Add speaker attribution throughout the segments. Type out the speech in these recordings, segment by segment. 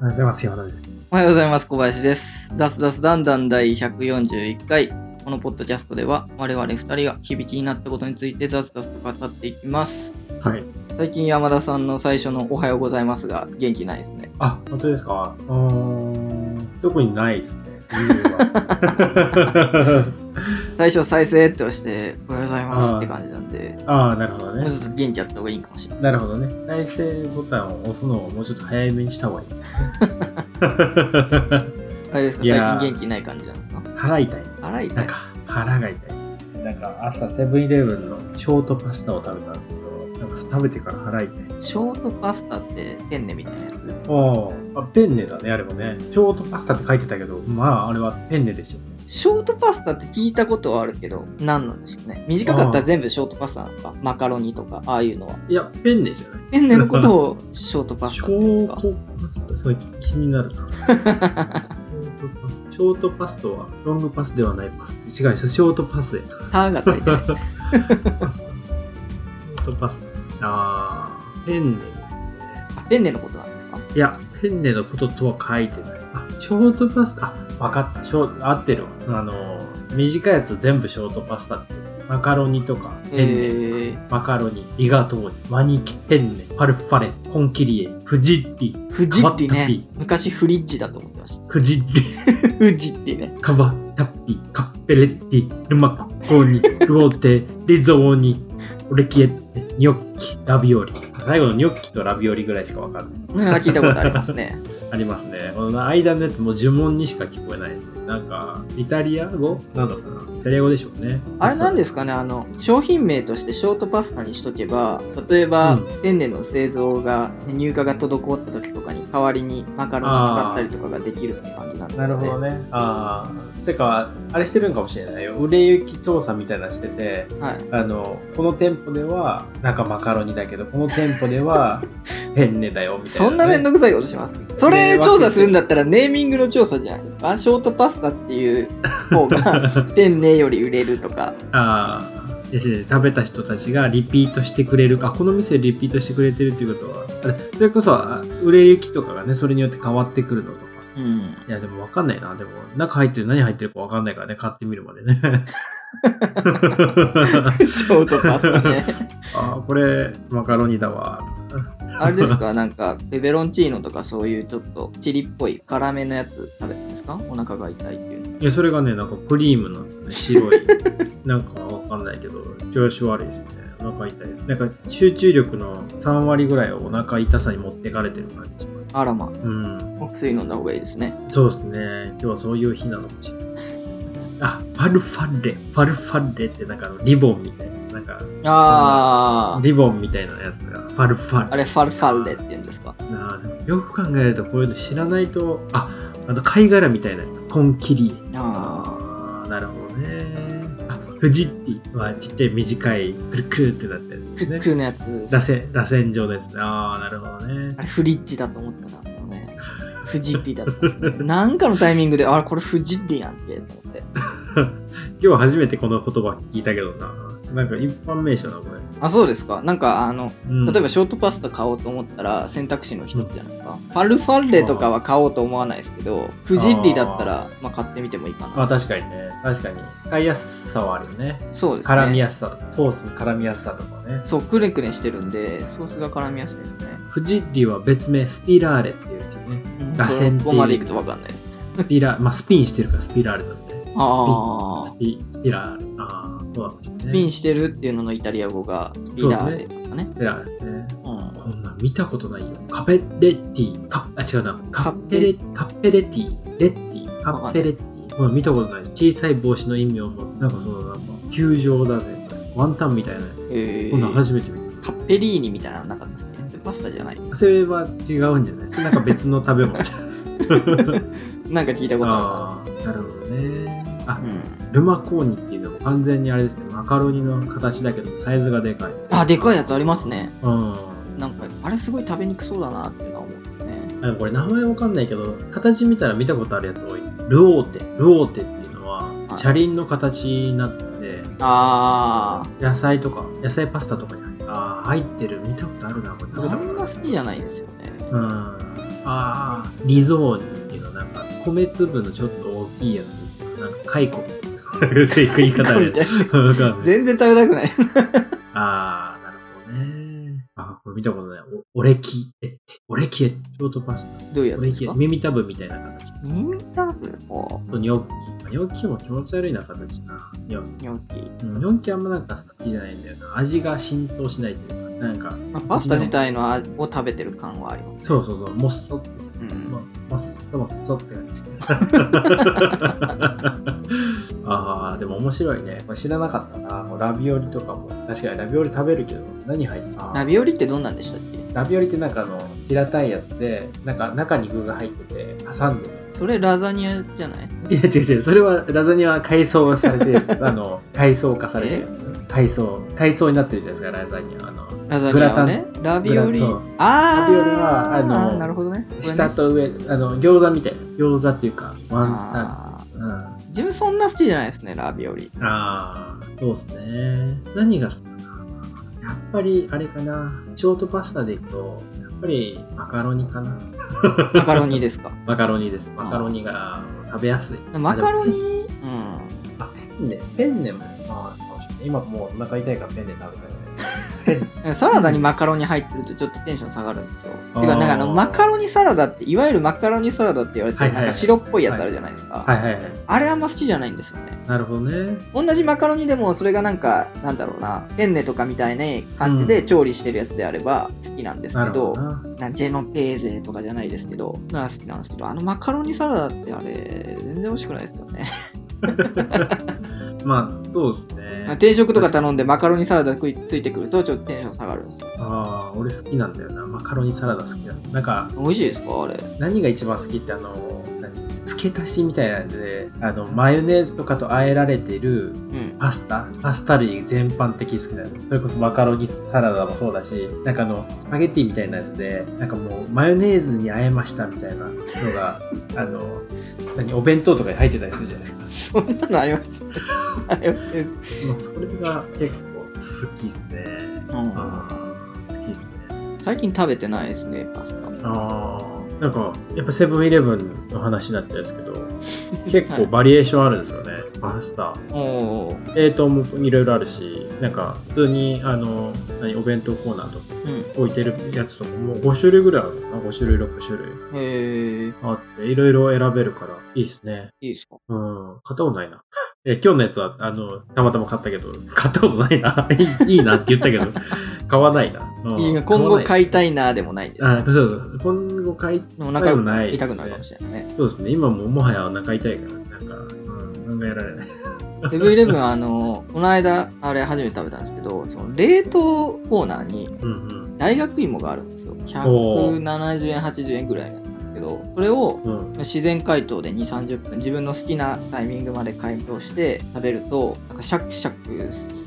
Speaker 1: おはようございます、山田です。
Speaker 2: おはようございます、小林です。ダスダスダンダン第141回。このポッドキャストでは、我々2人が響きになったことについてダスダスと語っていきます。
Speaker 1: はい。
Speaker 2: 最近山田さんの最初のおはようございますが、元気ないですね。
Speaker 1: あ、本当ですかうーん、特にないですね。理由 は
Speaker 2: 最初再生って押して、おはようございますって感じなんで、
Speaker 1: ああ、なるほど
Speaker 2: もうちょ
Speaker 1: ね
Speaker 2: っ。と元気あった方がいいかもしれない。
Speaker 1: なるほどね。再生ボタンを押すのをもうちょっと早めにした方 がいい。
Speaker 2: あれですか、
Speaker 1: いやー
Speaker 2: 最近元気ない感じなのか
Speaker 1: 腹痛い。
Speaker 2: あら、痛
Speaker 1: なん
Speaker 2: い
Speaker 1: か。、腹が痛い。なんか、朝セブンイレブンのショートパスタを食べたんですけど、なんか食べてから腹痛い。
Speaker 2: ショートパスタって、ペンネみたいなやつ。
Speaker 1: おあ、ペンネだね、あれもね。ショートパスタって書いてたけど、まあ、あれはペンネでしょうね。
Speaker 2: ショートパスタって聞いたことはあるけど、何なんでしょうね。短かったら全部ショートパスタなのか、マカロニとか、ああいうのは。
Speaker 1: いや、ペンネじゃない。
Speaker 2: ペンネのことをショートパス
Speaker 1: シ
Speaker 2: タって言うん
Speaker 1: ョ
Speaker 2: で
Speaker 1: ー
Speaker 2: すか
Speaker 1: トパスタ、それ気になるな。 ショートパスとはロングパスではないパス。違うでしょ、ショートパスや。シ
Speaker 2: 歯がつい てる。
Speaker 1: ョートパス。あー、ペンネですね。
Speaker 2: あペンネのことなんですか
Speaker 1: いや、ペンネのこととは書いてない。あ、ショートパスタ。あ、わかった。ショー合ってるわ。あのー、短いやつ全部ショートパスタって言う。マカロニとか、
Speaker 2: え
Speaker 1: ペンネ。
Speaker 2: ー、
Speaker 1: マカロニ、リガトーニ、マニキ、ペンネ、パルファレン、コンキリエ、フジッティ、
Speaker 2: フジッティ
Speaker 1: カバッ
Speaker 2: ね
Speaker 1: タ。
Speaker 2: 昔フリッジだと思ってまし
Speaker 1: フジッティ。
Speaker 2: た。フジッティね。
Speaker 1: カバタッピカッペレッティルマコッコーニルオー テリゾーニオレキエッテニョッキラビオリ最後のニョッキとラビオリぐらいしかわかんない
Speaker 2: この辺は聞いたことありますね。
Speaker 1: ありますねこの間のやつもう呪文にしか聞こえないですねなんかイタリア語なんだろうなイタリア語でしょうね
Speaker 2: あれなんですすかねあの、商品名としてショートパスタにしとけば、例えば、
Speaker 1: うん
Speaker 2: ペンネの製造が、入荷が滞った時とかに代わりにマカロニ使ったりとかができるって感じなんですね。
Speaker 1: なるほどねああてかあれしてるんかもしれないよ売れ行き調査みたいなのしてて
Speaker 2: はい。
Speaker 1: あのこの店舗ではなんかマカロニだけどこの店舗で はペンネだよみたいな、
Speaker 2: そんな面倒くさいことしますそれ調査するんだったらネーミングの調査じゃないですかショートパスタっていう方がペンネより売れるとか
Speaker 1: あーですね食べた人たちがリピートしてくれるあこの店リピートしてくれてるっていうことはあれそれこそあ売れ行きとかがねそれによって変わってくるのとか
Speaker 2: うん
Speaker 1: いやでも分かんないなでも中入ってる何入ってるか分かんないからね買ってみるまで ね
Speaker 2: ショートパスタ ね
Speaker 1: あーこれマカロニだわ
Speaker 2: あれですかなんかペペロンチーノとかそういうちょっとチリっぽい辛めのやつ食べたんですかお腹が痛いっていう
Speaker 1: いやそれがねなんかクリームの、ね、白 いなんか分かんないけど調子悪いですねお腹痛いですなんか集中力の3割ぐらいをお腹痛さに持ってかれてる感じ
Speaker 2: あらま
Speaker 1: うん
Speaker 2: 水飲んだ方がいいですね
Speaker 1: そうですね。今日はそういう日なのかもしれない。あ、ファルファレ。ファルファレってなんかあのリボンみたいな。なんか、
Speaker 2: あー
Speaker 1: リボンみたいなやつがファルファ
Speaker 2: あ
Speaker 1: レ。
Speaker 2: れファルファルレって言うんですか
Speaker 1: なあでもよく考えるとこういうの知らないと、あ、あの貝殻みたいなやつ。コンキリエ。
Speaker 2: あ
Speaker 1: あーなるほどね。あ、フジッティはちっちゃい短いくるくるってなってるん
Speaker 2: ーク
Speaker 1: で
Speaker 2: ッ
Speaker 1: す
Speaker 2: ク
Speaker 1: ね。
Speaker 2: のやつ
Speaker 1: 螺旋、螺旋状ですね。ああ、なるほどね
Speaker 2: あ。れフリッジだと思ったら、ね、フジッリだったん ですね。なんかのタイミングで、あれこれフジッリなんて、と思って。
Speaker 1: 今日初めてこの言葉聞いたけどな。なんか一般名称だ、これ。
Speaker 2: あ、そうですか。なんか、あの、
Speaker 1: うん
Speaker 2: 例えばショートパスタ買おうと思ったら選択肢の一つじゃないですか。ファルファッレとかは買おうと思わないですけど、フジッリだったら、まあ買ってみてもいいか
Speaker 1: まあ
Speaker 2: な。
Speaker 1: 確かにね、確かに。使いやすさはあるよね。
Speaker 2: そうですね。
Speaker 1: 絡みやすさとか、ソースに絡みやすさとかね。
Speaker 2: そう、くねくねしてるんで、ソースが絡みやすいですね。
Speaker 1: フジッリは別名スピラーレっていうんですよね。
Speaker 2: うん
Speaker 1: 螺旋っていう
Speaker 2: そこまでいくとわかんないです。
Speaker 1: スピラー、まあスピンしてるからスピラーレなんで。
Speaker 2: ああ
Speaker 1: ス。ピ、スピラーレ。ああ、そうなのね。
Speaker 2: スピン
Speaker 1: し
Speaker 2: してるっていうののイタリア語がスピラーレとかね。
Speaker 1: スピラーレね。
Speaker 2: うん
Speaker 1: こんなん見たことないよ。カペレッティ、カあ、違うな。カペレ、カペレティ、レッティ、カペレッティ。これ見たことない。小さい帽子の意味を持つ。なんかその、なんか、球場だぜ。これワンタンみたいな。
Speaker 2: え
Speaker 1: こんなん
Speaker 2: ー、
Speaker 1: 初めて見た。
Speaker 2: カッペリーニみたいなのなかったですね。パスタじゃない。
Speaker 1: それは違うんじゃないそれなんか別の食べ 物じゃん。
Speaker 2: なんか聞いたこと
Speaker 1: あ
Speaker 2: あ
Speaker 1: ーなるほどね。あ
Speaker 2: る、な。
Speaker 1: ルマコーニっていうのも完全にあれですね、マカロニの形だけどサイズがでかい。
Speaker 2: あ、でかいやつありますね。
Speaker 1: うん。
Speaker 2: なんか、あれすごい食べにくそうだなっていうのは思うんですね。
Speaker 1: あこれ名前わかんないけど、形見たら見たことあるやつ多い。ルオーテ。ルオーテっていうのは
Speaker 2: はい
Speaker 1: 車輪の形になってて、
Speaker 2: あ
Speaker 1: 野菜とか、野菜パスタとかに入ってあー入ってる。見たことあるな、これ
Speaker 2: ー、
Speaker 1: 食べ
Speaker 2: あ
Speaker 1: たこ
Speaker 2: ん
Speaker 1: と
Speaker 2: ま
Speaker 1: ある。
Speaker 2: 好きじゃないですよね。
Speaker 1: うん。あああ、リゾーニっていうのはなんか、米粒のちょっと大きいやつ。なんか、カイコみたいな。そういう言い方ある。わかんない
Speaker 2: 全然食べたくない。
Speaker 1: ああ、なるほどね。あこれ見たことない。おオレキエッテ。オレキエッテ。ショートパスタ。
Speaker 2: どういうや
Speaker 1: オ
Speaker 2: つ
Speaker 1: レ
Speaker 2: です
Speaker 1: キエッ
Speaker 2: か
Speaker 1: テ。耳たぶみたいな形。ちょ
Speaker 2: 耳たぶを
Speaker 1: っとニョッキ。まあニョッキも気持ち悪いな形な。ニョッ
Speaker 2: ニョッ
Speaker 1: キ。うんニョッキあんまなんか好きじゃないんだよな。味が浸透しないというか、なんか、
Speaker 2: キ。まあパスタ自体の味を食べてる感はあります。
Speaker 1: そうそうそう、もっそってさ、
Speaker 2: うん
Speaker 1: まもっそもっそって 感じ。ああ、でも面白いね。これ知らなかったな。もうラビオリとかも。確かにラビオリ食べるけど、何入って
Speaker 2: ラ
Speaker 1: る
Speaker 2: ビオリってどんなんでしたっけ
Speaker 1: ラビオリってなんかあの、平たいやつで、なんか中に具が入ってて、挟んでる。
Speaker 2: それラザニアじゃない
Speaker 1: いや違う違う、それはラザニアは改装されて る、あの、改装化されてる。改装、改装になってるじゃないですか、ラザニアは。あの
Speaker 2: ラザニアはね。ラビオリ。
Speaker 1: グラそ
Speaker 2: あ
Speaker 1: う
Speaker 2: あー
Speaker 1: ラビオリはあの
Speaker 2: なるほどね。これね
Speaker 1: 下と上、あの、餃子みたいな。餃子っていうか、ワンタ
Speaker 2: あ
Speaker 1: ン。うん
Speaker 2: ー自分そんな好きじゃないですね、ラビオリ。
Speaker 1: ああ、そうですね。何が好きかなやっぱり、あれかな。ショートパスタでいくと、やっぱりマカロニかな。
Speaker 2: マカロニです か。
Speaker 1: マカロニです。マカロニが食べやすい。
Speaker 2: マカロ
Speaker 1: あ
Speaker 2: ニうん。
Speaker 1: でもあ、ペンネ。ペンネも。ああ、そうですね今もうお腹痛いからペンネ食べたいね。
Speaker 2: サラダにマカロニ入ってるとちょっとテンション下がるんですよ。て
Speaker 1: あー
Speaker 2: か、なんかあのマカロニサラダって、いわゆるマカロニサラダって言われて
Speaker 1: はい
Speaker 2: る、
Speaker 1: はいは
Speaker 2: ないんか白っぽいやつあるじゃないです
Speaker 1: は
Speaker 2: か。
Speaker 1: いはいはい。
Speaker 2: あれあんま好きじゃないんですよね。
Speaker 1: なるほどね。
Speaker 2: 同じマカロニでもそれがなんか、なんだろうな、ペンネとかみたいな感じで調理してるやつであれば好きなんです
Speaker 1: な
Speaker 2: け
Speaker 1: る
Speaker 2: ど
Speaker 1: ほど、な。
Speaker 2: なジェノペーゼとかじゃないですけど、なら好きなんですけど、あのマカロニサラダってあれ、全然美味しくないですよね。
Speaker 1: まあ、そうですね。
Speaker 2: 定食とか頼んでマカロニサラダ食いついてくると、ちょっとテンション下がるんですよ。
Speaker 1: ああ、俺好きなんだよな。マカロニサラダ好きだ。なんか、
Speaker 2: 美味しいですかあれ。
Speaker 1: 何が一番好きってあの何付け足しみたいなんであのマヨネーズとかと和えられてる
Speaker 2: うん。
Speaker 1: パスタパスタ類全般的に好きなのそれこそマカロニサラダもそうだしなんかあのスパゲッティみたいなやつでなんかもうマヨネーズに和えましたみたいなのがあの何お弁当とかに入ってたりするじゃないですか
Speaker 2: そんなのあります。 あります
Speaker 1: もうそれが結構好きですね
Speaker 2: うん
Speaker 1: あー好きですね
Speaker 2: 最近食べてないですね、パスタ。
Speaker 1: あーなんかやっぱセブンイレブンの話になったんです けど結構バリエーションあるんですよね、パスタ
Speaker 2: おー
Speaker 1: 冷凍もいろいろあるしなんか普通にあの何お弁当コーナーとか
Speaker 2: うん。
Speaker 1: 置いてるやつとかも5種類ぐらいあるのかな5種類6種類
Speaker 2: へえ、
Speaker 1: あっていろいろ選べるからいいですね
Speaker 2: いいですか
Speaker 1: うん買ったことないなえ今日のやつはあのたまたま買ったけど買ったことないな いいいいなって言ったけど買わないな、うん
Speaker 2: いいね今後
Speaker 1: 買
Speaker 2: 買いたいなでもないです。
Speaker 1: わないあそうそう今後買い
Speaker 2: でもお
Speaker 1: たく
Speaker 2: 腹
Speaker 1: ないですね
Speaker 2: 痛くなるかもしれないね。
Speaker 1: そうですね今もうもはやお腹痛いからなんか、うん、考えられない
Speaker 2: セブンイレブン、あの、この間、あれ初めて食べたんですけど、その冷凍コーナーに
Speaker 1: うん
Speaker 2: 大学芋があるんですよ。
Speaker 1: おー
Speaker 2: 170円、80円ぐらいなんですけど、それを
Speaker 1: うんうん
Speaker 2: 自然解凍で2、30分、自分の好きなタイミングまで解凍して食べると、なんかシャクシャク、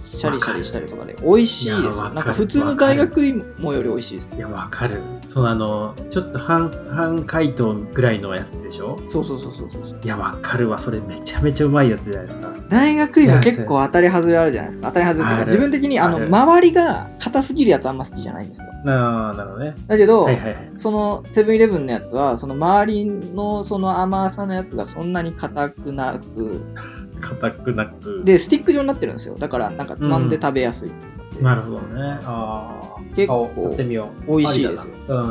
Speaker 2: シャリシャリしたりとかで、美味しいです
Speaker 1: いやわ
Speaker 2: よ。
Speaker 1: かる
Speaker 2: なんか普通の大学芋より美味しいです。
Speaker 1: いや、わかる。そのあの、ちょっと半、半解凍ぐらいのやつでしょ
Speaker 2: そうそうそうそうそうそう。
Speaker 1: いや、わかるわ。それめちゃめちゃうまいやつじゃないですか。
Speaker 2: 大学芋結構当たり外れあるじゃないですか。当たり外れっていう
Speaker 1: あ
Speaker 2: か、
Speaker 1: る
Speaker 2: 自分的にあの
Speaker 1: ある
Speaker 2: 周りが硬すぎるやつあんま好きじゃないんですよ。
Speaker 1: なあ、なるほどね。
Speaker 2: だけど、
Speaker 1: はいはいはい。
Speaker 2: そのセブンイレブンのやつは、その周りのその甘さのやつがそんなに硬くなく、
Speaker 1: 硬くなく。
Speaker 2: で、スティック状になってるんですよ。だから、なんかつまんで食べやすい。
Speaker 1: なるほどね。ああ。
Speaker 2: 結構
Speaker 1: 買おう買ってみよう。
Speaker 2: 美味しいですよ
Speaker 1: ありだな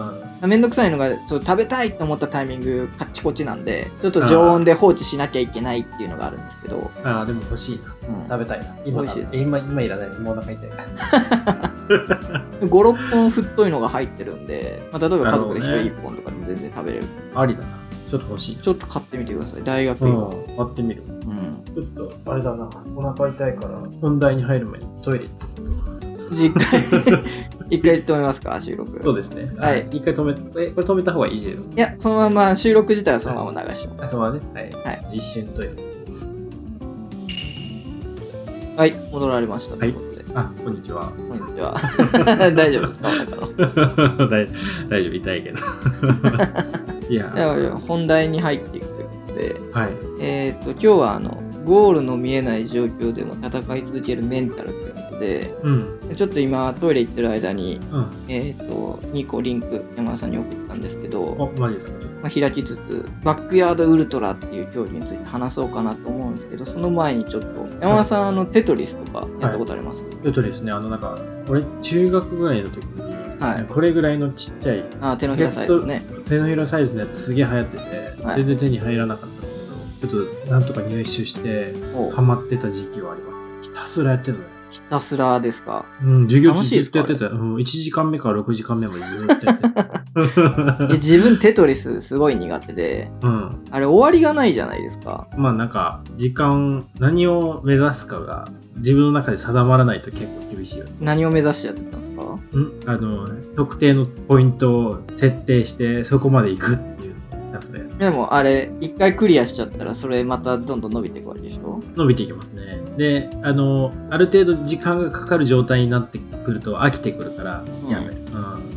Speaker 1: うん。
Speaker 2: めんどくさいのが、そう食べたいと思ったタイミング、カッチコチなんで、ちょっと常温で放置しなきゃいけないっていうのがあるんですけど、
Speaker 1: ああ、でも欲しいな。
Speaker 2: う
Speaker 1: 食べ
Speaker 2: ん
Speaker 1: たいな。今
Speaker 2: 美味しいです
Speaker 1: え今、今いらない。もうお腹痛い。
Speaker 2: 5、6本太いのが入ってるんで、まあ、例えば家族で
Speaker 1: なるほどね
Speaker 2: 1人1本とかでも全然食べれる。
Speaker 1: ありだな。ちょっと欲しい。
Speaker 2: ちょっと買ってみてください、大学
Speaker 1: う
Speaker 2: 芋。
Speaker 1: ん。買ってみる。
Speaker 2: うん
Speaker 1: ちょっと、あれだな。お腹痛いから。本題に入る前にトイレ行って。
Speaker 2: 一回、一回止めますか、収録。
Speaker 1: そうですね。
Speaker 2: はい
Speaker 1: あ。一回止め、え、これ止めた方がいいですよ。
Speaker 2: いや、そのまま、収録自体はそのまま流しても
Speaker 1: あとはね。はい。
Speaker 2: はい
Speaker 1: 一瞬トイレ。
Speaker 2: はい、戻られました。と
Speaker 1: はいいう
Speaker 2: ことで、
Speaker 1: あ、こんにちは。
Speaker 2: こんにちは。 大丈夫ですか
Speaker 1: 大大丈夫、痛い けど。いや、
Speaker 2: いやいや本題に入っていくということで、
Speaker 1: はい。
Speaker 2: えっ、と、今日は、あの、ゴールの見えない状況でも戦い続けるメンタルっていうのをで、
Speaker 1: うん。
Speaker 2: ちょっと今トイレ行ってる間に、
Speaker 1: うん。
Speaker 2: えっ、と、2個リンク山田さんに送ったんですけど、
Speaker 1: あ、マジですか。
Speaker 2: まあ、開きつつ、バックヤードウルトラっていう競技について話そうかなと思うんですけど、その前にちょっと、山田さん、あの、テトリスとかやったことあります、
Speaker 1: えっとですね、あの、なんか、俺、中学ぐらいの時に、
Speaker 2: はい
Speaker 1: これぐらいのちっちゃい、
Speaker 2: あ、手のひらサイズね。
Speaker 1: 手のひらサイズのやつすげえ流行ってて、
Speaker 2: はい
Speaker 1: 全然手に入らなかったんですけど、ちょっと、なんとか入手して、
Speaker 2: お
Speaker 1: ハマってた時期はあります。ひたすらやってるのね。
Speaker 2: ひたすらですか。
Speaker 1: うん、授業
Speaker 2: 楽
Speaker 1: 中
Speaker 2: しいで
Speaker 1: ず
Speaker 2: す
Speaker 1: っ
Speaker 2: か
Speaker 1: とやってたよ。うん、1時間目から6時間目までずっとやってた。
Speaker 2: え自分、テトリスすごい苦手で、
Speaker 1: うん。
Speaker 2: あれ、終わりがないじゃないですか。
Speaker 1: まあなんか、時間、何を目指すかが自分の中で定まらないと結構厳しいよね。
Speaker 2: 何を目指してやってたんですか
Speaker 1: んあの、特定のポイントを設定して、そこまで行くっていうやつで、
Speaker 2: でも、あれ、一回クリアしちゃったら、それまたどんどん伸びていくわけでしょ
Speaker 1: 伸びていきますね。で、あの、ある程度時間がかかる状態になってくると飽きてくるから、
Speaker 2: うん
Speaker 1: やめる。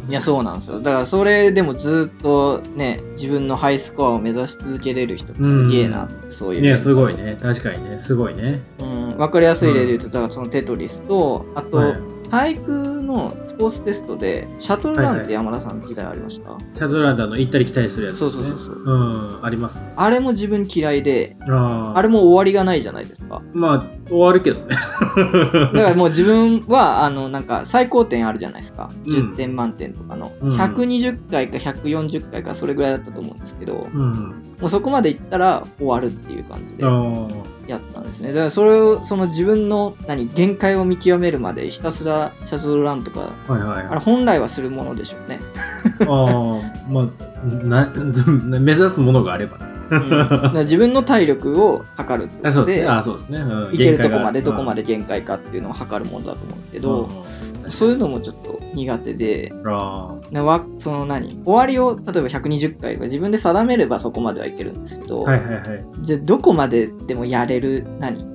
Speaker 1: うん。
Speaker 2: いや、そうなんですよ。だから、それでもずっとね、自分のハイスコアを目指し続けれる人ってすげえなって、そういう。
Speaker 1: ね、すごい。ね。確かにね、すごいね。
Speaker 2: うん、わかりやすい例で言うと、だからそのテトリスと、あと、
Speaker 1: はい
Speaker 2: 体育のスポーツテストで、シャトルランっ
Speaker 1: はいは
Speaker 2: て
Speaker 1: い
Speaker 2: 山田さん時代ありました、
Speaker 1: シャドランダーの行ったり来たりするやつ、ね。
Speaker 2: そうそうそうそう。
Speaker 1: うん、あります。
Speaker 2: あれも自分嫌いで、
Speaker 1: あ
Speaker 2: あれ
Speaker 1: れ
Speaker 2: も終わりがないじゃないですか。
Speaker 1: まあ、終わるけどね。
Speaker 2: だからもう自分は、あの、なんか最高点あるじゃないですか。
Speaker 1: うん
Speaker 2: 10点満点とかの。
Speaker 1: うん
Speaker 2: 120回か140回か、それぐらいだったと思うんですけ ど、
Speaker 1: うん。
Speaker 2: もうそこまでいったら終わるっていう感じで
Speaker 1: あー
Speaker 2: やったんですね。だからそれを、その自分の、何、限界を見極めるまで、ひたすらシャトルランとか、
Speaker 1: はいはい。
Speaker 2: あれ
Speaker 1: あ
Speaker 2: 本来はするものでしょ うね。
Speaker 1: ーまあ、な目指すものがあればね。
Speaker 2: うんだから自分の体力を測るってこ
Speaker 1: あそ
Speaker 2: と
Speaker 1: うです
Speaker 2: で
Speaker 1: ね。、あそうですね。うん
Speaker 2: いけるとこまでどこま
Speaker 1: で
Speaker 2: で限界かっていうのを測るものだと思うんですけ
Speaker 1: け
Speaker 2: ど、そういう
Speaker 1: の
Speaker 2: のもちょっと苦手で、
Speaker 1: あー
Speaker 2: なわその何終わりを例えば120回が自分で定めればそこまではいけるんですけど、
Speaker 1: はいはいはい。
Speaker 2: じゃあどこまででもやれる何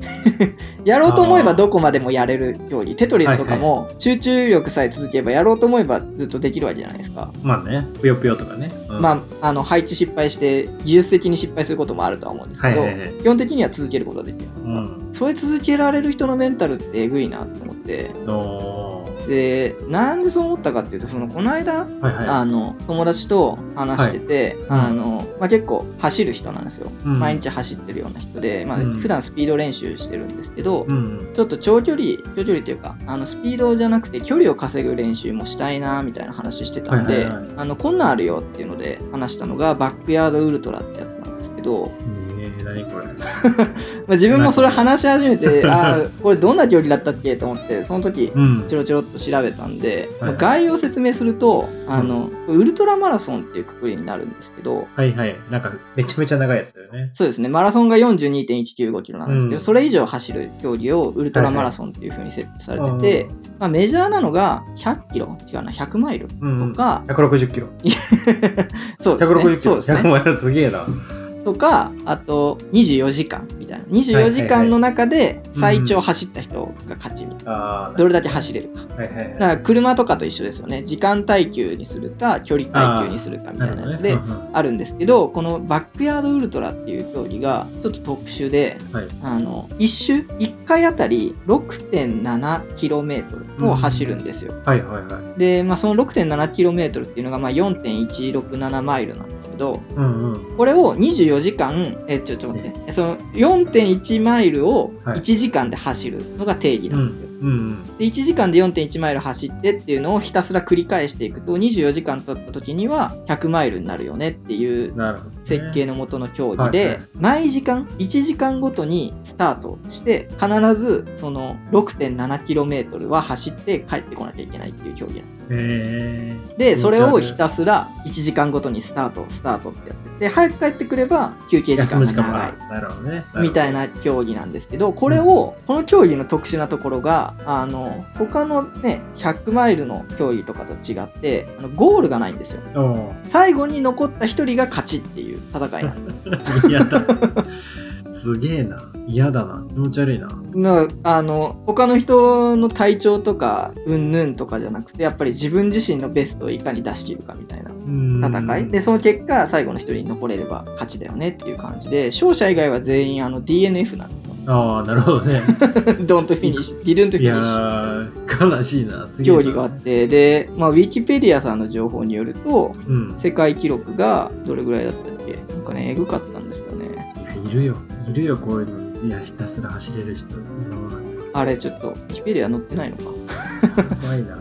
Speaker 2: やろうと思えばどこまでもやれる競技テトリスとかも集中力さえ続けばやろうと思えばずっとできるわけじゃないですか、
Speaker 1: まあね、ぷよぷよとかね。うん
Speaker 2: まああの配置失敗して技術的に失敗することもあるとは思うんです
Speaker 1: は
Speaker 2: け
Speaker 1: い
Speaker 2: ど、
Speaker 1: はいはい。
Speaker 2: 基本的には続けることができる
Speaker 1: うん。
Speaker 2: それ続けられる人のメンタルってえぐいなって思って
Speaker 1: おー
Speaker 2: でなんでそう思ったかっていうとそのこの間
Speaker 1: はいは
Speaker 2: あの友達と話してて、
Speaker 1: はい
Speaker 2: あのまあ、結構走る人なんですよ、
Speaker 1: い。うん
Speaker 2: 毎。日走ってるような人で、まあ、
Speaker 1: うん
Speaker 2: 普段スピード練習してるんですけど、
Speaker 1: うん。
Speaker 2: ちょっと長距離長距離っていうかあのスピードじゃなくて距離を稼ぐ練習もしたいなみたいな話してたんで、
Speaker 1: はいはいはい
Speaker 2: あのこんなんあるよっていうので話したのがバックヤードウルトラってやつなんですけど、
Speaker 1: ねえ、何これ。
Speaker 2: まあ、自分もそれ話し始 めてあーこれどんな距離だったっけと思ってその時
Speaker 1: うん
Speaker 2: ち。ょろちょろっと調べたんで、
Speaker 1: はいはい
Speaker 2: 概要を説明するとあの、ウルトラマラソンっていうくくりになるんですけど
Speaker 1: はいはい。なんか、めちゃめちゃ長いやつだよね。
Speaker 2: そうですねマラソンが42.195キロなんですけど、
Speaker 1: うん
Speaker 2: それ以上走る競技をウルトラマラソンっていうふうに設定されてて、まあ、メジャーなのが100キロ違うな100マイル
Speaker 1: うん。
Speaker 2: とか、
Speaker 1: 160キロ。
Speaker 2: そうですね
Speaker 1: 160キ
Speaker 2: そう
Speaker 1: ロ。
Speaker 2: ですね
Speaker 1: 100マイルすげえな。
Speaker 2: とかあと24時間みたいな
Speaker 1: はいは
Speaker 2: 24
Speaker 1: い
Speaker 2: 時間の中で最長走った人が勝ちみたいな、
Speaker 1: ああ。
Speaker 2: どれだけ走れるか
Speaker 1: はいはい
Speaker 2: だ
Speaker 1: は
Speaker 2: か
Speaker 1: い。
Speaker 2: ら車とかと一緒ですよね時間耐久にするか距離耐久にするかみたいなので、
Speaker 1: うんうん
Speaker 2: あるんですけどこのバックヤードウルトラっていう競技がちょっと特殊で、
Speaker 1: はい
Speaker 2: あの1周1回あたり 6.7km を走るんですよ、
Speaker 1: はいはいはい。
Speaker 2: で、まあ、その 6.7km っていうのがまあ4.167マイルなんですけど
Speaker 1: うんうん。
Speaker 2: これを24時間えちょちょっと待ってえその4.1マイルを
Speaker 1: はい
Speaker 2: 1時間で走るのが定義なんです
Speaker 1: うん
Speaker 2: よ、
Speaker 1: うん。
Speaker 2: で1時間で4.1マイル走ってっていうのをひたすら繰り返していくと24時間経った時には100マイルになるよねっていう
Speaker 1: なるほどね。
Speaker 2: 設計のもとの競技
Speaker 1: はいは
Speaker 2: で
Speaker 1: い
Speaker 2: 毎時間1時間ごとにスタートして必ずその 6.7km は走って帰ってこなきゃいけないっていう競技なんです
Speaker 1: へえ。
Speaker 2: でそれを
Speaker 1: 気持ち悪い
Speaker 2: ひたすら1時間ごとにスタートスタートってやってで早く帰ってくれば休憩時
Speaker 1: 休
Speaker 2: 間
Speaker 1: む
Speaker 2: が
Speaker 1: 時間も
Speaker 2: 長
Speaker 1: あ
Speaker 2: い
Speaker 1: る。なるほどね。
Speaker 2: みたいな競技なんですけど、これを、この競技の特殊なところが、あの、他のね、100マイルの競技とかと違って、あのゴールがないんですよ。
Speaker 1: なるほ
Speaker 2: 最後に残った一人が勝ちっていう戦いなんです。
Speaker 1: ど。 嫌だ。すげえな。嫌だな。気持ち悪いな。
Speaker 2: なあの、他の人の体調とか、うんぬんとかじゃなくて、やっぱり自分自身のベストをいかに出し切るかみたいな。戦
Speaker 1: 戦
Speaker 2: いでその結果最後の一人に残れれば勝ちだよねっていう感じで勝者以外は全員あの DNF なんですよ
Speaker 1: ああ、なるほど ね。
Speaker 2: ドンとフィニッシュ、ディルンとフ
Speaker 1: い
Speaker 2: ィ
Speaker 1: や
Speaker 2: ニッシュ。
Speaker 1: ー、悲しいな。すげえな
Speaker 2: 競技があって、で、まあ、ウィキペディアさんの情報によると、
Speaker 1: うん。
Speaker 2: 世界記録がどれぐらいだったっけなんかね、えぐかったんですよね。
Speaker 1: いるよ。いるよ、こういうの。いや、ひたすら走れる人。うん
Speaker 2: あれ、ちょっと、ウィキペディア載ってないのか。
Speaker 1: 怖いな。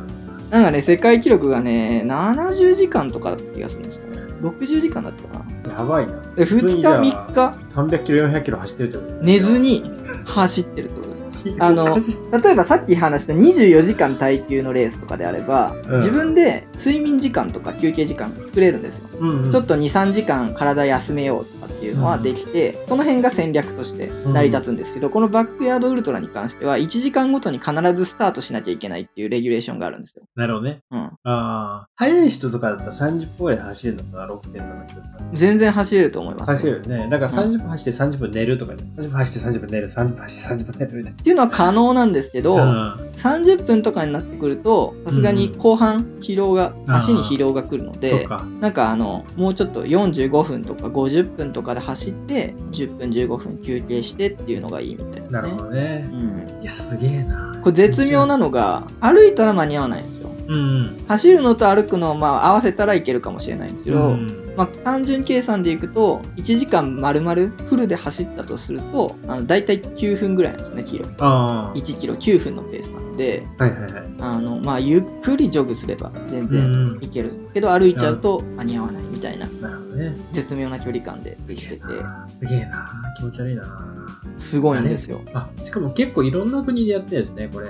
Speaker 2: なんかね、世界記録がね、70時間とかだった気がするんですよね。60時間だったかな。
Speaker 1: やばいな。
Speaker 2: で、2日、3日、
Speaker 1: 300キロ、400キロ走ってるってこと
Speaker 2: 寝ず。に走ってるってことです。あの
Speaker 1: マジ
Speaker 2: 例えばさっき話した24時間耐久のレースとかであれば、
Speaker 1: うん
Speaker 2: 自分で睡眠時間とか休憩時間作れるんですよ、
Speaker 1: うんうん
Speaker 2: ちょっと23時間体休めようとかっていうのはできて、その辺が戦略として成り立つんですけど、このバックヤードウルトラに関しては1時間ごとに必ずスタートしなきゃいけないっていうレギュレーションがあるんですよ、
Speaker 1: なるほどね。
Speaker 2: うん、
Speaker 1: ああ、速い人とかだったら30分ぐらい走れるのかな、6.7キロとか。
Speaker 2: 全然走れると思います
Speaker 1: 走れ
Speaker 2: っ
Speaker 1: るよね。だから30分走って30分寝るとかね。30分走って30分寝る、30分走って30分寝るみたい
Speaker 2: ていうのは可能なんですけど、
Speaker 1: な。うん
Speaker 2: 30分とかになってくるとさすがに後半疲労が
Speaker 1: ん
Speaker 2: 足に疲労がくるので、
Speaker 1: そうか。
Speaker 2: なんかあのもうちょっと45分とか50分とかで走って10分15分休憩してっていうのがいいみたい
Speaker 1: な
Speaker 2: な、ね、
Speaker 1: るほどね
Speaker 2: う。ん、
Speaker 1: いや、すげえな。
Speaker 2: これ絶妙なのが歩いたら間に合わないんですよ
Speaker 1: うんうん。
Speaker 2: 走るのと歩くのをまあ合わせたらいけるかもしれないんですけど、
Speaker 1: うん
Speaker 2: まあ、単純計算でいくと1時間丸々フルで走ったとするとあの大体9分ぐらいなんですよねキロ
Speaker 1: あ
Speaker 2: 1キロ9分のペースなんで
Speaker 1: あ。はいはいはい。
Speaker 2: あの、まあ、ゆっくりジョグすれば全然
Speaker 1: うん
Speaker 2: いける、けど歩いちゃうと間に合わないみたいな
Speaker 1: なるほどね。
Speaker 2: 絶妙な距離感ですでき
Speaker 1: げ
Speaker 2: て
Speaker 1: え
Speaker 2: て
Speaker 1: な。すげえな。気持ち悪いな。
Speaker 2: すごいんですよ
Speaker 1: あ、しかも結構いろんな国でやってるんですね、これ。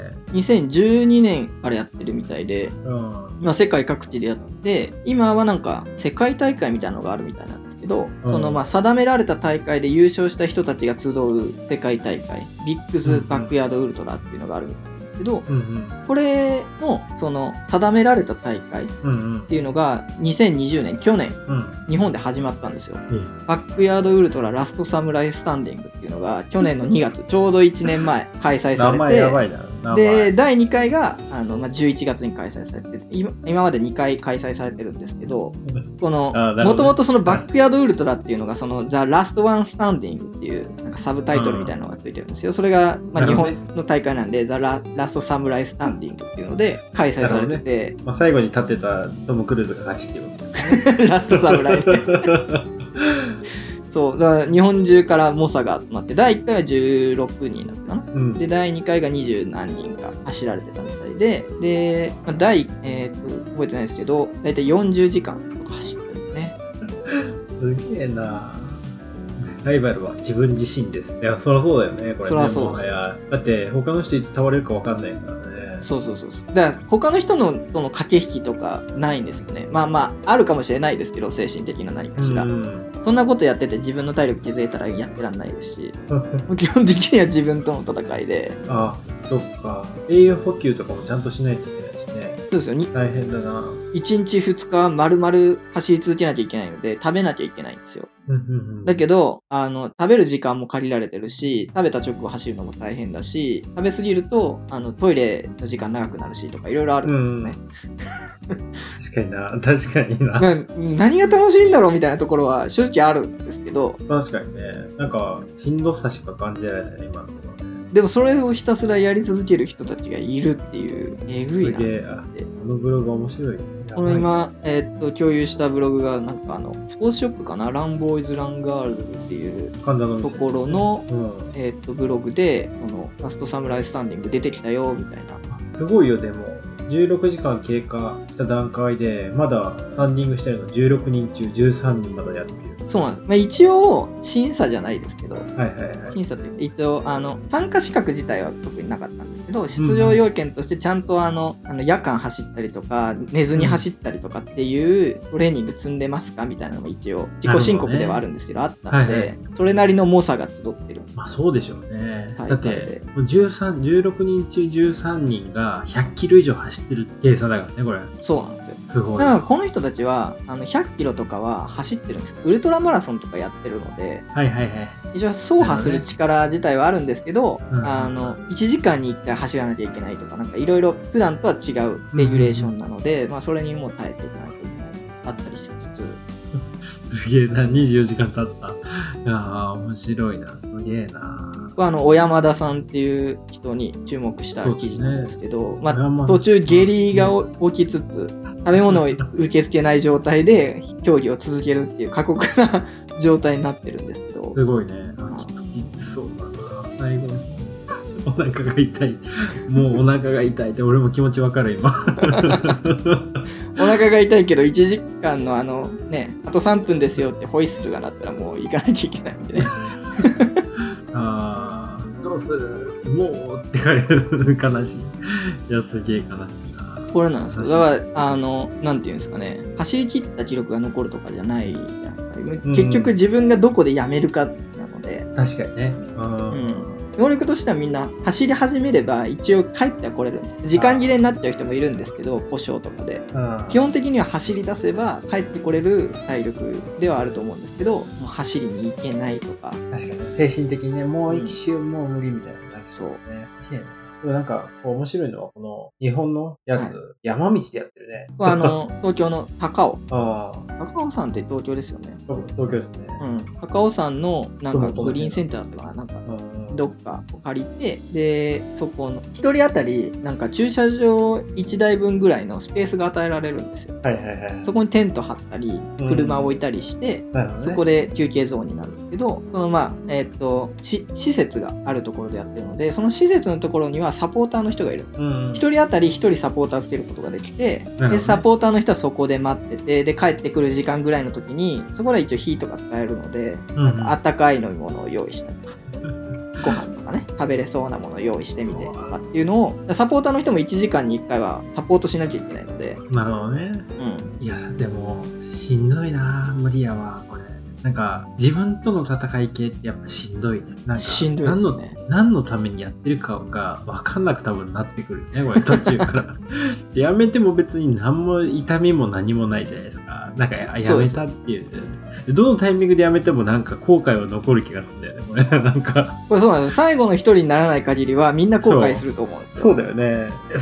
Speaker 2: 2012年からやってるみたいで、
Speaker 1: うん。
Speaker 2: まあ、世界各地でやって今はなんか世界大会みたいなのがあるみたいなんですけど、
Speaker 1: うん
Speaker 2: そのまあ定められた大会で優勝した人たちが集う世界大会ビッグスバックヤードウルトラっていうのがあるみたいなんですけど
Speaker 1: うんうん。
Speaker 2: これのその定められた大会っ
Speaker 1: うんうん。
Speaker 2: ていうのが2020年去年
Speaker 1: うん。
Speaker 2: 日本で始まったんですよ
Speaker 1: いい
Speaker 2: バックヤードウルトララストサムライスタンディングっていうのが去年の2月ちょうど1年 前開催さ
Speaker 1: 名
Speaker 2: れ
Speaker 1: 前
Speaker 2: て
Speaker 1: やばいな。名
Speaker 2: で
Speaker 1: 前。
Speaker 2: 第2回があの、まあ、11月に開催されて今今まで2回開催されてるんですけどこの
Speaker 1: あーなるほど
Speaker 2: も
Speaker 1: ね
Speaker 2: ともとそのバックヤードウルトラっていうのがその「ザ・ラスト・ワン・スタンディング」っていうなんかサブタイトルみたいなのがついてるんですよそれが、まあ、
Speaker 1: な
Speaker 2: 日
Speaker 1: るほど
Speaker 2: 本
Speaker 1: ね
Speaker 2: の大会なんで「ザ・ララスト・サムライ・スタンディング」っていうので開催されてて、
Speaker 1: まあ、最後に立ってたトム・クルーズが勝ちっていうこと
Speaker 2: ラスト・サムライそうだから日本中から猛者が集まって第1回は16人だったかな
Speaker 1: うん。
Speaker 2: で第2回が二十何人か走られてたみたいで、で、まあ、第、えーと覚えてないですけど、大体40時間とか走ったんですね。
Speaker 1: すげえなライバルは自分自身です。いや、そりゃそうだよね、これ、ね。
Speaker 2: そらそう
Speaker 1: もはやだって、他の人いつ倒れるか分かんないからね。
Speaker 2: そうそうそうそう。だから他の人のとの駆け引きとかないんですよね。まあまあ、あるかもしれないですけど、精神的な何かしら。
Speaker 1: ん。
Speaker 2: そんなことやってて自分の体力削れたらやってらんないですし、もう基本的には自分との戦いで、
Speaker 1: あ、そっか。栄養補給とかもちゃんとしないといけないしね。
Speaker 2: そうですよ、に
Speaker 1: 大変だな。うん
Speaker 2: 1日2日丸々走り続けなきゃいけないので、食べなきゃいけないんですよ。
Speaker 1: うんうん。
Speaker 2: だけどあの食べる時間も限られてるし食べた直後走るのも大変だし食べ過ぎるとあのトイレの時間長くなるしとかいろいろあるんですよね、
Speaker 1: 確かにな。確かにな。
Speaker 2: な何が楽しいんだろうみたいなところは正直あるんですけど
Speaker 1: 確かにね。なんか、しんどさしか感じられないね、今のところね。
Speaker 2: でもそれをひたすらやり続ける人たちがいるっていうえぐい
Speaker 1: す
Speaker 2: な
Speaker 1: げえ。あこのブログ面白いね。
Speaker 2: この今、えーっと共有したブログがなんかあのスポーツショップかなランボーイズランガールズっていう
Speaker 1: やばい、神田の
Speaker 2: と
Speaker 1: 店
Speaker 2: ころ。の、
Speaker 1: うん。
Speaker 2: えーっとブログでこのラストサムライスタンディング出てきたよみたいな
Speaker 1: すごいよ、でも。16時間経過した段階で、まだスタンディングしてるの16人中13人まだやってる。
Speaker 2: そうなんです。まあ、一応、審査じゃないですけど、
Speaker 1: はいはいはい。
Speaker 2: 審査というか、一応、あの、参加資格自体は特になかったんですけど、出場要件としてちゃんとあの、あの夜間走ったりとか、寝ずに走ったりとかっていうトレーニング積んでますかみたいなのも一応、自己申告ではあるんですけど、あったので、
Speaker 1: はいはい
Speaker 2: それなりの猛者が集ってる。
Speaker 1: まあそうでしょうね。
Speaker 2: はい
Speaker 1: だって、もう13 16人中13人が100キロ以上走ってる計算だからね、これ。
Speaker 2: そうなんですよ。
Speaker 1: すごい。
Speaker 2: だから、この人たちは、あの、100キロとかは走ってるんですよ。ウルトラマラソンとかやってるので、
Speaker 1: はいはいはい。
Speaker 2: 一応走破する力自体はあるんですけど、
Speaker 1: うん
Speaker 2: あの1時間に1回走らなきゃいけないとかなんかいろいろ普段とは違うレギュレーションなので、まあ、それにもう耐えていかないといけないあったりしつつ
Speaker 1: すげえな、24時間経った。いやー、面白いな。すげえな。
Speaker 2: 僕はあの小山田さんっていう人に注目した記事なんですけど、ま
Speaker 1: 小山
Speaker 2: あ、
Speaker 1: 田さん
Speaker 2: 途中下痢が起きつつ食べ物を受け付けない状態で競技を続けるっていう過酷な状態になってるんですけど
Speaker 1: すごいね。あきつきつそうだな。最後に。お腹が痛い。もうお腹が痛いって、俺も気持ちわかる、 今。
Speaker 2: お腹が痛いけど1時間のあのねあと3分ですよってホイッスルが鳴ったらもう行かなきゃいけないんでね
Speaker 1: ああ、どうするもうって言われる。悲しい。いや、すげえ悲しいな。
Speaker 2: これなんですよだからあのなんていうんですかね走り切った記録が残るとかじゃないじゃないですか
Speaker 1: うん
Speaker 2: 結局自分がどこでやめるかなので
Speaker 1: 確かにね。う
Speaker 2: うん能力としてはみんな走り始めれば一応帰ってはこれるんです時間切れになっちゃう人もいるんですけど故障とかで
Speaker 1: ん。
Speaker 2: 基本的には走り出せば帰ってこれる体力ではあると思うんですけどもう走りに行けないと か
Speaker 1: 確かに精神的にねもう一周もう無理みたいな感じ
Speaker 2: そう
Speaker 1: ね綺麗なでもなんかこう面白いのはこの日本のやつ、
Speaker 2: はい
Speaker 1: 山道でやってるね
Speaker 2: あの東京の高尾
Speaker 1: ああ
Speaker 2: 高尾山って東京ですよね、
Speaker 1: 多分東京ですね、
Speaker 2: うん、高尾山のなんかグリーンセンターとかなんか
Speaker 1: うん
Speaker 2: どっかを借りてでそこの1人当たりなんか駐車場1台分ぐらいのスペースが与えられるんですよ
Speaker 1: はいはいはい
Speaker 2: そこにテント張ったり
Speaker 1: うん
Speaker 2: 車を置いたりして、
Speaker 1: なるほどね
Speaker 2: そこで休憩ゾーンになるんですけど、そのまあ、えーっと、し施設があるところでやってるので、その施設のところにはサポーターの人がいる。
Speaker 1: うん
Speaker 2: 1人当たり1人サポーターつけることができて、
Speaker 1: なるほど
Speaker 2: で、
Speaker 1: ね
Speaker 2: サポーターの人はそこで待ってて、で、帰ってくる時間ぐらいの時に、そこで一応火とか使えるので、
Speaker 1: うん
Speaker 2: なんかあったかい飲み物を用意したりとか。ご飯とか ね食べれそうなものを用意してみてとかっていうのをサポーターの人も1時間に1回はサポートしなきゃいけないので、
Speaker 1: なるほどね
Speaker 2: うん、
Speaker 1: いやでもしんどいな無理やわこれなんか自分との戦い系ってやっぱしんどいねなんか
Speaker 2: しんどいです
Speaker 1: 何
Speaker 2: ね
Speaker 1: の何のためにやってるかが分かんなく多分なってくるねこれ途中から でやめても別に何も痛みも何もないじゃないですかなんかやや
Speaker 2: そうで
Speaker 1: め
Speaker 2: す
Speaker 1: たっていうでどのタイミングでやめてもなんか後悔は残る気がするんだよねこれなんか
Speaker 2: これそうなんですよ最後の一人にならない限りはみんな後悔すると思うんですよ
Speaker 1: そうだよね 考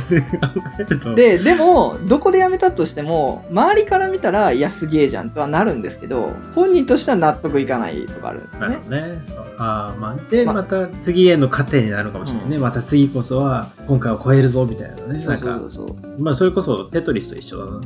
Speaker 1: えると
Speaker 2: ででもどこでやめたとしても周りから見たらいやすげえじゃんとはなるんですけど本人としては納得いかないとかあるんです
Speaker 1: な
Speaker 2: よ
Speaker 1: る
Speaker 2: ね
Speaker 1: ほどね。あーまあ、で、
Speaker 2: ま
Speaker 1: また次への糧になるかもしれないね。また次こそは、今回を超えるぞみたいなね。
Speaker 2: そうそ
Speaker 1: な
Speaker 2: うんそ
Speaker 1: か
Speaker 2: うそう
Speaker 1: まあ、それこそテトリスと一緒だ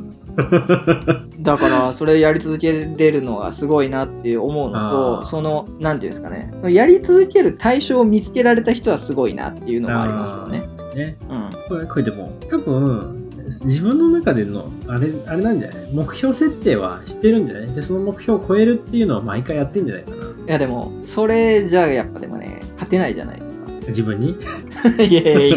Speaker 1: な。
Speaker 2: だからそれやり続けれるのがすごいなって思うの
Speaker 1: あー
Speaker 2: とそのなんていうんですかねやり続ける対象を見つけられた人はすごいなっていうのもありますよね
Speaker 1: ね。
Speaker 2: うん
Speaker 1: これ、これでも、多分、自分の中での、あれ、あれなんじゃない目標設定はしてるんじゃないで、その目標を超えるっていうのは毎回やってんじゃないかな。
Speaker 2: いやでもそれじゃあやっぱでもね勝てないじゃないですか
Speaker 1: 自分に。
Speaker 2: いやいやいや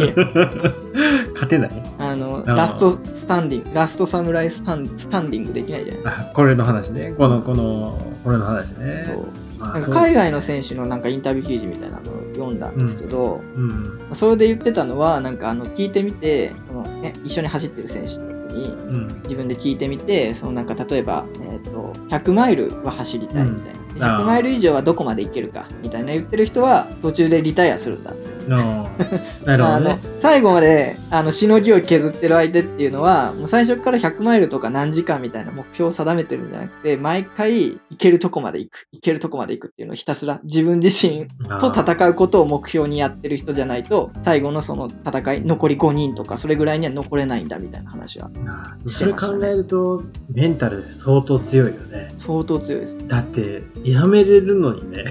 Speaker 1: 勝てない
Speaker 2: あの
Speaker 1: あー
Speaker 2: ラストスタンディングラストサムライスタンスタンディングできないじゃない
Speaker 1: あ、これの話ね。この、この、これの話ね。
Speaker 2: ですか、そう
Speaker 1: まあ。
Speaker 2: なん
Speaker 1: そ
Speaker 2: か
Speaker 1: う
Speaker 2: 海外の選手のなんかインタビュー記事みたいなのを読んだんですけど、
Speaker 1: うん。
Speaker 2: それで言ってたのはなんかあの聞いてみてその、ね、一緒に走ってる選手の時に
Speaker 1: うん。
Speaker 2: 自分で聞いてみてそのなんか例えば、えー、と100マイルは走りたいみたいな、で
Speaker 1: あー
Speaker 2: 100マイル以上はどこまで行けるかみたいな言ってる人は途中でリタイアするんだって
Speaker 1: あ ーなるほど
Speaker 2: あの
Speaker 1: ね。
Speaker 2: 最後まであのしのぎを削ってる相手っていうのはもう最初から100マイルとか何時間みたいな目標を定めてるんじゃなくて毎回行けるとこまで行く行けるとこまで行くっていうのをひたすら自分自身と
Speaker 1: あー
Speaker 2: 戦うことを目標にやってる人じゃないと最後のその戦い残り5人とかそれぐらいには残れないんだみたいな話は
Speaker 1: なあ
Speaker 2: して
Speaker 1: それ
Speaker 2: ました
Speaker 1: 考
Speaker 2: ね
Speaker 1: えるとメンタル相当強いよね
Speaker 2: 相当強いです
Speaker 1: だってやめれるのにね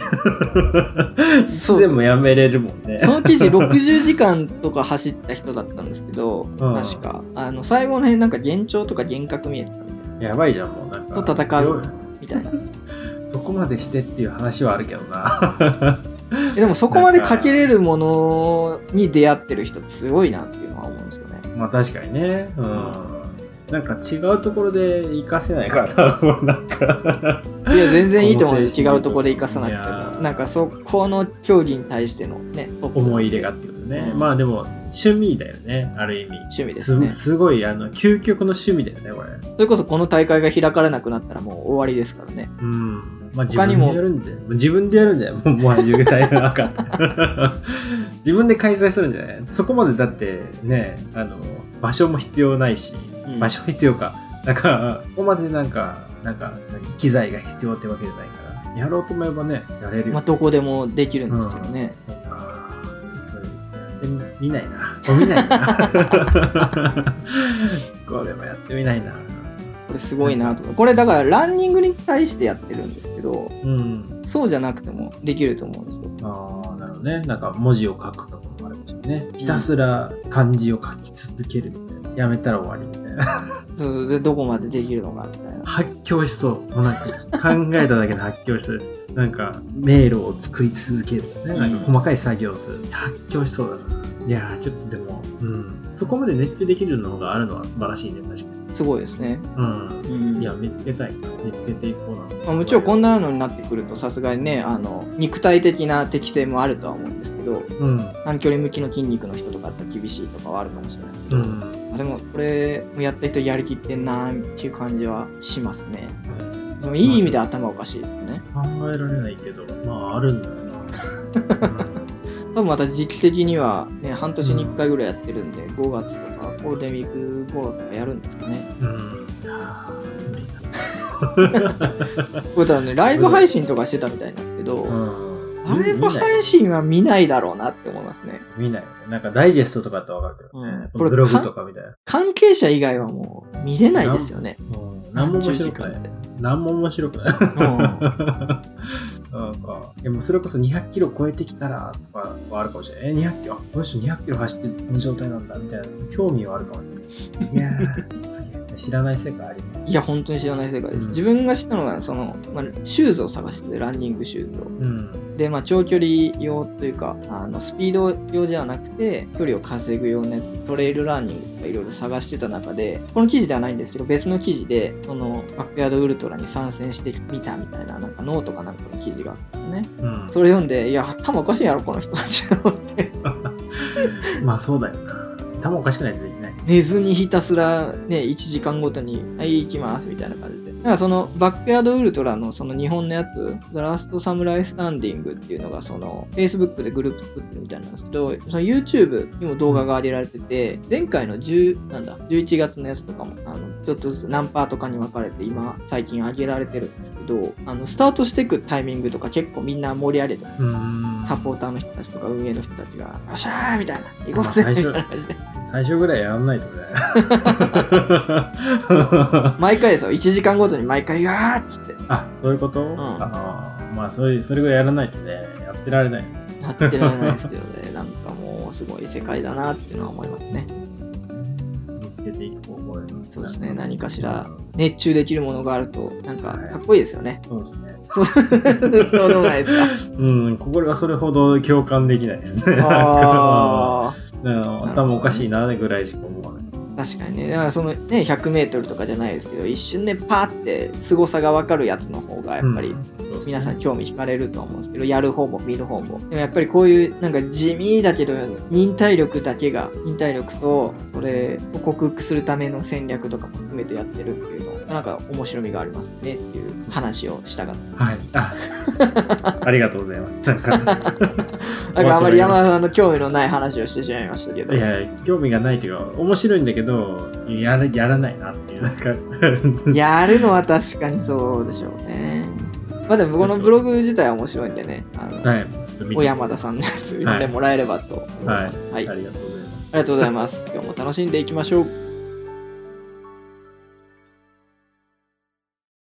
Speaker 1: い
Speaker 2: そ
Speaker 1: つ
Speaker 2: う
Speaker 1: でもやめれるもんね
Speaker 2: その記事60時間とか走った人だったんですけど確かあの最後の辺なんか幻聴とか幻覚見えて た
Speaker 1: やばいじゃんもうなんか
Speaker 2: と戦
Speaker 1: 強
Speaker 2: う
Speaker 1: い
Speaker 2: みたいな
Speaker 1: そこまでしてっていう話はあるけどな
Speaker 2: えでもそこまでかけれるものに出会ってる人ってすごいなっていうのは思うんですよね。
Speaker 1: まあ確かにねうんなんか違うところで活かせないからななんか
Speaker 2: いや全然いいと思うんです
Speaker 1: こ
Speaker 2: 違
Speaker 1: の精神
Speaker 2: うところで生かさない
Speaker 1: や
Speaker 2: くて
Speaker 1: ー
Speaker 2: もなんかそこの競技に対してのねトップの
Speaker 1: 思い入れがっていうことね、
Speaker 2: うん
Speaker 1: まあでも趣味だよねある意味
Speaker 2: 趣味です
Speaker 1: す
Speaker 2: ね。
Speaker 1: すごいあの究極の趣味だよねこれ
Speaker 2: それこそこの大会が開かれなくなったらもう終わりですからね。
Speaker 1: うん。まあ自
Speaker 2: 他
Speaker 1: 分
Speaker 2: に
Speaker 1: で
Speaker 2: も
Speaker 1: やるんで、もう自分でやるんだよ。もう、もう自分でやるなか った。自分で開催するんじゃないそこまでだってね、あの、場所も必要ないし、
Speaker 2: うん
Speaker 1: 場所必要か。なんか、ここまでなんか、なんか、何機材が必要ってわけじゃないから、やろうと思えばね、やれるよ。
Speaker 2: まあどこでもできるんですよね。
Speaker 1: そうかってみないな。これ見ない な。これもやってみないな。
Speaker 2: これすごいなとかこれだからランニングに対してやってるんですけど
Speaker 1: うん。
Speaker 2: そうじゃなくてもできると思うんですよ
Speaker 1: ああ、なるほどね。なんか文字を書くとかもあるでしょうね。ひたすら漢字を書き続けるみたいな。やめたら終わりみたいな。
Speaker 2: そうでどこまでできるのかみたいな
Speaker 1: 発狂しそう。もうなんか考えただけで発狂する。なんか迷路を作り続ける、ね。なんか細かい作業をする。発狂しそうだな。いやー、ちょっとでも、うん。そこまで熱中できるのがあるのは素晴らしいね、確かに。
Speaker 2: すごいですね、
Speaker 1: うん。
Speaker 2: うん
Speaker 1: いや、見つけたいな。見つけていこうな。
Speaker 2: まあ、もちろんこんなのになってくるとさすがにねあの肉体的な適性もあるとは思うんですけど
Speaker 1: うん。
Speaker 2: 短距離向きの筋肉の人とかだったら厳しいとかはあるかもしれないけ
Speaker 1: う
Speaker 2: ど、
Speaker 1: ん。
Speaker 2: あでもこれやった人やりきってんなーっていう感じはしますねでもいい意味で頭おかしいですね
Speaker 1: 考えられないけど、まあ、あるんだよな。うん
Speaker 2: 多分また時期的には、ね、半年に1回ぐらいやってるんで5月とかゴールデンウィーク頃とかやるんですかね
Speaker 1: うん。いやー無理だ
Speaker 2: これだねライブ配信とかしてたみたいなんですけど、
Speaker 1: うん
Speaker 2: ライブ
Speaker 1: 見ない
Speaker 2: 配信は見ないだろうなって思いますね
Speaker 1: 見ないよね。なんかダイジェストとかだってわかるけどね。
Speaker 2: うんこれ
Speaker 1: ブログとかみたいな。
Speaker 2: 関係者以外はもう見れないですよね。
Speaker 1: うん。何も面白くない。何も面白くない。
Speaker 2: うん
Speaker 1: なんか、でもそれこそ200キロ超えてきたらとかはあるかもしれない。えー、200キロ、あこの人200キロ走ってこの状態なんだみたいな興味はあるかもしれない。いやー、すげえ知らない世界あり ます。
Speaker 2: いや、本当に知らない世界です。
Speaker 1: うん
Speaker 2: 自分が知ったのが、その、まあ、シューズを探してて、ランニングシューズを。
Speaker 1: うん。
Speaker 2: で、まあ、長距離用というか、あのスピード用じゃなくて、距離を稼ぐ用のやつ、トレイルランニングとかいろいろ探してた中で、この記事ではないんですけど、別の記事で、その、バックヤードウルトラに参戦してみたみたいな、なんかノートかなんかの記事があったのね。
Speaker 1: うん。
Speaker 2: それ読んで、いや、頭おかしいやろ、この人たち。
Speaker 1: まあそうだよな。頭おかしくないとできない。
Speaker 2: 寝ずにひたすらね1時間ごとに「はい行きます」みたいな感じでだからそのバックヤードウルトラのその日本のやつ「ザラストサムライスタンディング」っていうのがその Facebook でグループ作ってるみたいなんですけどその YouTube にも動画が上げられてて前回の10なんだ11月のやつとかもあのちょっとずつ何パーとかに分かれて今最近上げられてるんですけどあのスタートしていくタイミングとか結構みんな盛り上げて
Speaker 1: うーん。
Speaker 2: サポーターの人たちとか運営の人たちが「よっしゃー!」みたいな「行こ
Speaker 1: まあ
Speaker 2: うぜ!」
Speaker 1: 最初
Speaker 2: みたいな感じで
Speaker 1: 最初ぐらいやらないと ね。
Speaker 2: 毎回ですよ1時間ごとに毎回ガーッつって
Speaker 1: あ、そういうこと、
Speaker 2: ん
Speaker 1: あーまあそういう、それぐらいやらないとね、やってられない。
Speaker 2: なってられないですけど ねなんかもうすごい世界だなっていうのは思いますね
Speaker 1: 見つけていこう、こういうの
Speaker 2: そうですね何かしら熱中できるものがあるとなんか
Speaker 1: はい
Speaker 2: かっこいいです よね
Speaker 1: そうですね。
Speaker 2: そうでもない です
Speaker 1: うん、これはそれほど共感できないですね。なん
Speaker 2: か
Speaker 1: か
Speaker 2: ああ
Speaker 1: うん頭おかしいなぐらいしか思わない。
Speaker 2: 確かにねだからそのね 100m とかじゃないですけど一瞬でパーって凄さが分かるやつの方がやっぱり、
Speaker 1: うん
Speaker 2: 皆さん興味惹かれると思うんですけどやる方も見る方もでもやっぱりこういうなんか地味だけど忍耐力だけが忍耐力とそれを克服するための戦略とかも含めてやってるっていうのがなんか面白みがありますねっていう話をしたかっ
Speaker 1: はい。ああ りがとうございます。なん か、
Speaker 2: たなんかあまり山田さんの興味のない話をしてしまいましたけど
Speaker 1: いや、興味がないというか、面白いんだけど、やらやらないなっていう、なんか、
Speaker 2: やるのは確かにそうでしょうねまあでもこのブログ自体は面白いんでねあ の
Speaker 1: はい。ちょっと見
Speaker 2: 小
Speaker 1: て。
Speaker 2: 山田さんのやつ読んでもらえればと思います、はい
Speaker 1: ありがとうございます。
Speaker 2: ありがとうございます今日も楽しんでいきましょう
Speaker 1: はい。